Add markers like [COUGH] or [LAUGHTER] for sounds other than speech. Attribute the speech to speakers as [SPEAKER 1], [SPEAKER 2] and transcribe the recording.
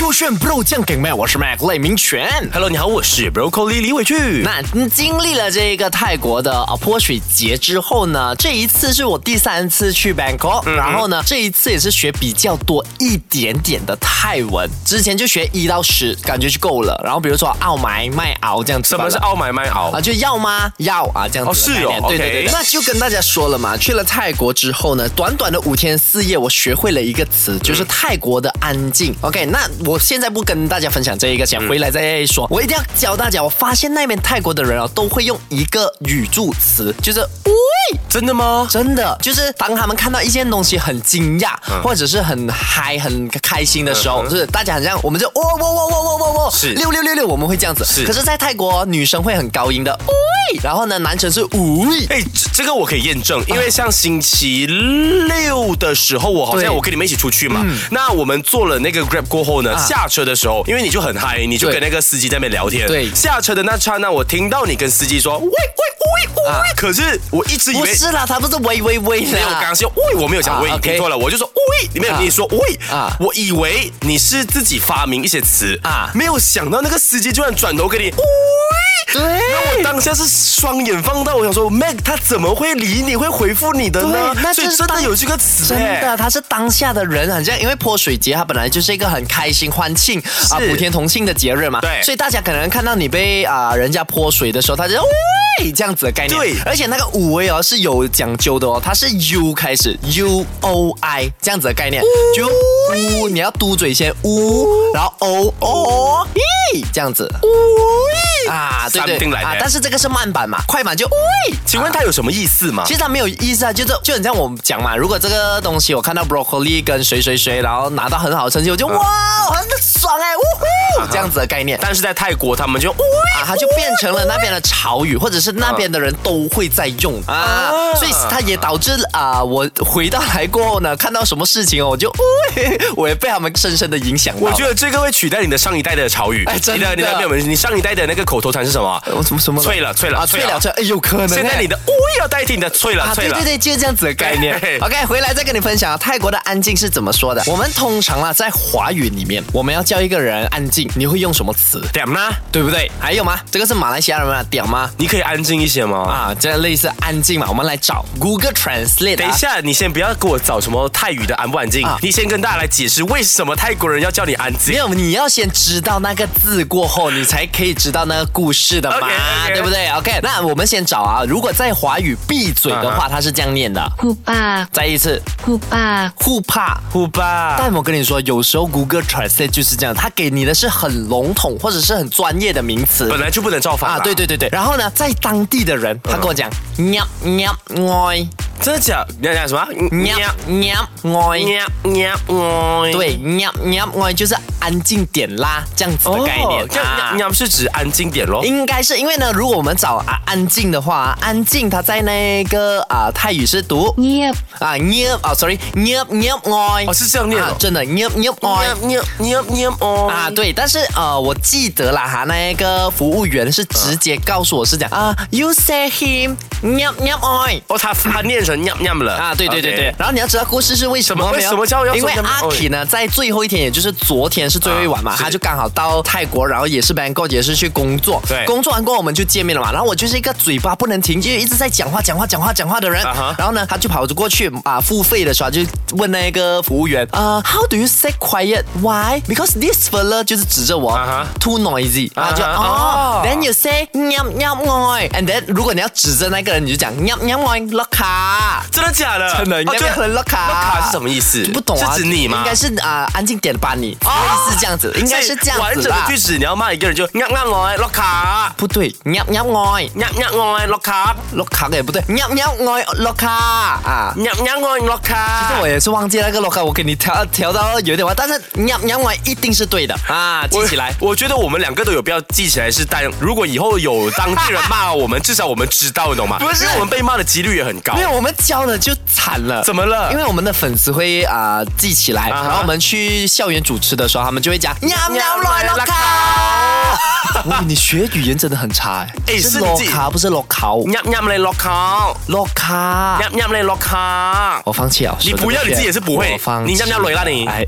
[SPEAKER 1] 入炫 Bro 酱梗麦，我是 Mac 赖明全。
[SPEAKER 2] Hello，你好，我是 Broccoli 李伟俊。
[SPEAKER 1] 那嗯经历了这个泰国的啊泼水节之后呢，这一次是我第三次去 Bangkok，、然
[SPEAKER 2] 嗯
[SPEAKER 1] 后呢，这一次也是学比较多一点点的泰文，之前就学一到十，感觉就够了。然后比如说澳麦麦熬这样子
[SPEAKER 2] 什
[SPEAKER 1] 罢
[SPEAKER 2] 么
[SPEAKER 1] 了，
[SPEAKER 2] 是傲买卖熬
[SPEAKER 1] 啊，？就要吗？要啊，这样子的
[SPEAKER 2] 哦是
[SPEAKER 1] 概
[SPEAKER 2] 哦
[SPEAKER 1] 念对对
[SPEAKER 2] OK
[SPEAKER 1] 对对那就跟大家说了嘛，去了泰国之后呢，短短的五天四夜，我学会了一个词，就是泰国的安静。OK，那我现在不跟大家分享这一个，先回来再说。我一定要教大家，我发现那边泰国的人啊，都会用一个语助词，就是喂。
[SPEAKER 2] 真的吗？
[SPEAKER 1] 真的，就是当他们看到一件东西很惊讶，
[SPEAKER 2] 嗯
[SPEAKER 1] 或者是很嗨、很开心的时候，就是大家很像，我们就哦哦哦哦哦哦哦，
[SPEAKER 2] 是
[SPEAKER 1] 六六六六，我们会这样子。
[SPEAKER 2] 是
[SPEAKER 1] 可是，在泰国女生会很高音的，喂，然后呢，男生是
[SPEAKER 2] [LAUGHS]
[SPEAKER 1] 喂。
[SPEAKER 2] 哎，这这个我可以验
[SPEAKER 1] 啊
[SPEAKER 2] 证，因为像星期六的时候，我好像
[SPEAKER 1] 对嗯
[SPEAKER 2] 我跟你们一起出去嘛，那我们坐了那个 Grab 过后呢，下车的时候，因为你就很嗨，你就
[SPEAKER 1] 啊对
[SPEAKER 2] 跟那个司机在那边聊天。
[SPEAKER 1] 对
[SPEAKER 2] 下车的那刹那，我听到你跟司机说喂喂喂
[SPEAKER 1] 啊
[SPEAKER 2] 喂，可是我一直以
[SPEAKER 1] 不
[SPEAKER 2] 为。
[SPEAKER 1] 是啦，他不是喂喂喂
[SPEAKER 2] 没有，我刚
[SPEAKER 1] 啦
[SPEAKER 2] 刚。是喂，我没有讲
[SPEAKER 1] 啊
[SPEAKER 2] 喂，你
[SPEAKER 1] OK
[SPEAKER 2] 听错了，我就说喂，你没有，
[SPEAKER 1] 啊
[SPEAKER 2] 你说喂
[SPEAKER 1] 啊
[SPEAKER 2] 我以为你是自己发明一些词
[SPEAKER 1] 啊
[SPEAKER 2] 没有想到那个司机居然转头给你喂。
[SPEAKER 1] 对
[SPEAKER 2] 那我当下是双眼放大，我想说，Mac 他怎么会理你，会回复你的呢
[SPEAKER 1] 对那？
[SPEAKER 2] 所以
[SPEAKER 1] 就是
[SPEAKER 2] 真的
[SPEAKER 1] 当
[SPEAKER 2] 有这个词
[SPEAKER 1] 真
[SPEAKER 2] 哎，
[SPEAKER 1] 的，他是当下的人，很像，因为泼水节它本来就是一个很开心欢庆啊普天同庆的节日嘛，
[SPEAKER 2] 对
[SPEAKER 1] 所以大家可能看到你被啊、人家泼水的时候，他就喂这样子的概念，
[SPEAKER 2] 对
[SPEAKER 1] 而且那个五位哦是有讲究的哦，它是 U 开始 U O I 这样子的概念，就呜你要嘟嘴先呜，然后哦 O O E 这样子啊，对对
[SPEAKER 2] something like
[SPEAKER 1] 啊
[SPEAKER 2] that，
[SPEAKER 1] 但是这个是慢版嘛，快版就喂。
[SPEAKER 2] 请问他有什么意思吗
[SPEAKER 1] 其？实他没有意思啊，就是就很像我们讲嘛，如果这个东西我看到 broccoli 跟谁谁谁，然后拿到很好的成绩，我
[SPEAKER 2] 嗯
[SPEAKER 1] 就、哇，很爽哎、呜呼，这样子的概念。
[SPEAKER 2] 但是在泰国，他们就
[SPEAKER 1] 啊，它就变成了那边的潮语，或者是那边的人都会在用啊，
[SPEAKER 2] 啊
[SPEAKER 1] 所以它也导致啊、我回到来过后呢，看到什么事情哦，我就， [LAUGHS] 喂，我也被他们深深的影响到。
[SPEAKER 2] 我觉得这个会取代你的上一代的潮语。
[SPEAKER 1] 哎真
[SPEAKER 2] 你
[SPEAKER 1] 的哎
[SPEAKER 2] 你没有，你上一代的那个口头禅是什么？
[SPEAKER 1] 我呃什么什么
[SPEAKER 2] 脆了脆了
[SPEAKER 1] 啊，
[SPEAKER 2] 脆
[SPEAKER 1] 脆
[SPEAKER 2] 了
[SPEAKER 1] 了脆了，哎，有可能哎。
[SPEAKER 2] 现在你的喂要代替你的脆了
[SPEAKER 1] 啊，
[SPEAKER 2] 脆
[SPEAKER 1] 对
[SPEAKER 2] 了
[SPEAKER 1] 对。对，就是这样子的
[SPEAKER 2] [LAUGHS]
[SPEAKER 1] 概念
[SPEAKER 2] 对。
[SPEAKER 1] OK，回来再跟你分享泰国的安静是怎么说的。我们通常啊，在华语里面，我们要叫一个人安静，你会用什么词？
[SPEAKER 2] 点吗？
[SPEAKER 1] 对不对？还有吗？这个是马来西亚人吗？屌吗？
[SPEAKER 2] 你可以安静一些吗？
[SPEAKER 1] 啊，这类似安静嘛，我们来找 Google Translate
[SPEAKER 2] 等一
[SPEAKER 1] 啊。
[SPEAKER 2] 下，你先不要给我找什么泰语的安不安静，
[SPEAKER 1] 啊
[SPEAKER 2] 你先跟大家来解释为什么泰国人要叫你安
[SPEAKER 1] 没
[SPEAKER 2] 静。
[SPEAKER 1] 有，你要先知道那个字过后，你才可以知道那个故事的嘛
[SPEAKER 2] OK，OK
[SPEAKER 1] 对不对？OK，那我们先找啊。如果在华语闭嘴的
[SPEAKER 2] 啊
[SPEAKER 1] 话，它是这样念的。
[SPEAKER 3] 酷爸
[SPEAKER 1] 再一次，
[SPEAKER 3] 酷爸
[SPEAKER 1] 互怕，
[SPEAKER 2] 呼吧，
[SPEAKER 1] 但我跟你说，有时候 Google Translate 就是这样，它给你的是很笼统或者是很专业的名词
[SPEAKER 2] 本来就不能造反
[SPEAKER 1] 啊。
[SPEAKER 2] 嘛
[SPEAKER 1] 对，对对对，然后呢，在当地的人，他跟我讲喵喵哎
[SPEAKER 2] 真的假？你要讲什么？
[SPEAKER 1] 喵喵哎，
[SPEAKER 2] 喵喵喵，
[SPEAKER 1] 对喵喵哎就是安静点啦，这样子的
[SPEAKER 2] 哦，
[SPEAKER 1] 概念
[SPEAKER 2] 这样
[SPEAKER 1] 啊
[SPEAKER 2] 喵。喵是指安静点咯。
[SPEAKER 1] 应该是因为呢，如果我们找啊安静的话，安静它在那个啊泰语是读
[SPEAKER 3] 捏
[SPEAKER 1] 啊捏啊，sorry 捏捏哎
[SPEAKER 2] 哦，是这样念
[SPEAKER 1] 啊
[SPEAKER 2] 哦，。
[SPEAKER 1] 真的捏捏哎。
[SPEAKER 2] 喵喵喵哦
[SPEAKER 1] 啊，，对，但是呃，我记得啦哈，那个服务员是直接告诉我是讲啊、y o u say him，喵喵 oi。
[SPEAKER 2] 哦，他他念成喵喵了
[SPEAKER 1] 啊，对对对对
[SPEAKER 2] OK
[SPEAKER 1] 然后你要知道故事是为什么
[SPEAKER 2] 怎么
[SPEAKER 1] 没有
[SPEAKER 2] 为什么叫要说
[SPEAKER 1] 因为
[SPEAKER 2] 喵喵
[SPEAKER 1] 阿
[SPEAKER 2] oi？
[SPEAKER 1] k 呢，在最后一天，也就是昨天是最后一晚嘛，
[SPEAKER 2] 啊是
[SPEAKER 1] 他就刚好到泰国，然后也是 Bangkok，也是去工作，
[SPEAKER 2] 对
[SPEAKER 1] 工作完过后我们就见面了嘛。然后我就是一个嘴巴不能停，就一直在讲话、讲话、讲话、讲话的人。
[SPEAKER 2] 啊哈
[SPEAKER 1] 然后呢，他就跑着过去啊，付费的时候就问那个服务员，
[SPEAKER 2] 啊
[SPEAKER 1] 呃、h o w do you stay quiet? Why? Because this fella 就是指着我、
[SPEAKER 2] 啊哈
[SPEAKER 1] too noisy，然后就
[SPEAKER 2] 啊
[SPEAKER 1] 哦
[SPEAKER 2] 哈哦
[SPEAKER 1] t h e n you say 喵喵哎，and then 如果你要指着那个人，你就讲喵喵哎，洛卡。
[SPEAKER 2] 真的假的？哦
[SPEAKER 1] 真的，你那边哦很 l o 卡。
[SPEAKER 2] 卡是什么意思？
[SPEAKER 1] 不懂啊，
[SPEAKER 2] 是指你吗？哦
[SPEAKER 1] 应该是啊、安静点吧你，类似这样子，应该是这
[SPEAKER 2] 所
[SPEAKER 1] 样
[SPEAKER 2] 以完
[SPEAKER 1] 子
[SPEAKER 2] 整的
[SPEAKER 1] 吧
[SPEAKER 2] 句。子，你要骂一个人就喵喵我爱洛卡，
[SPEAKER 1] 不对，喵喵哎，
[SPEAKER 2] 喵喵我爱洛卡，
[SPEAKER 1] 洛卡也不对，喵喵哎，洛卡啊。
[SPEAKER 2] 喵喵我爱洛卡。
[SPEAKER 1] 我也是忘记那个洛啊卡，我给你调调到有点晚，但是喵喵哎一定是对的啊，记起来。
[SPEAKER 2] 我，我觉得我们两个都有必要记起来是当，如果以后有当地人骂我们，至少我们知道，你懂吗？
[SPEAKER 1] 不是
[SPEAKER 2] 因为我们被骂的几率也很高。
[SPEAKER 1] 没有，我们们教的就惨了。
[SPEAKER 2] 怎么了
[SPEAKER 1] 因为我们的粉丝会啊、记起来，
[SPEAKER 2] 啊哈
[SPEAKER 1] 然后我们去校园主持的时候，他们就会讲“喵喵来了卡”。 [LAUGHS] 哇，你学语言真的很差哎！
[SPEAKER 2] [LAUGHS] 哎
[SPEAKER 1] 是
[SPEAKER 2] 是你
[SPEAKER 1] 洛
[SPEAKER 2] 自己
[SPEAKER 1] 卡，不是洛考，
[SPEAKER 2] nhâm nhâm lên lo khao
[SPEAKER 1] 洛卡。
[SPEAKER 2] nhâm nhâm lên lo khao
[SPEAKER 1] 我放弃了，
[SPEAKER 2] 你
[SPEAKER 1] 说
[SPEAKER 2] 不要
[SPEAKER 1] 对
[SPEAKER 2] 你
[SPEAKER 1] 起
[SPEAKER 2] 自己也是不会
[SPEAKER 1] 我放弃，啊
[SPEAKER 2] 你要不要累啦你
[SPEAKER 1] 哎，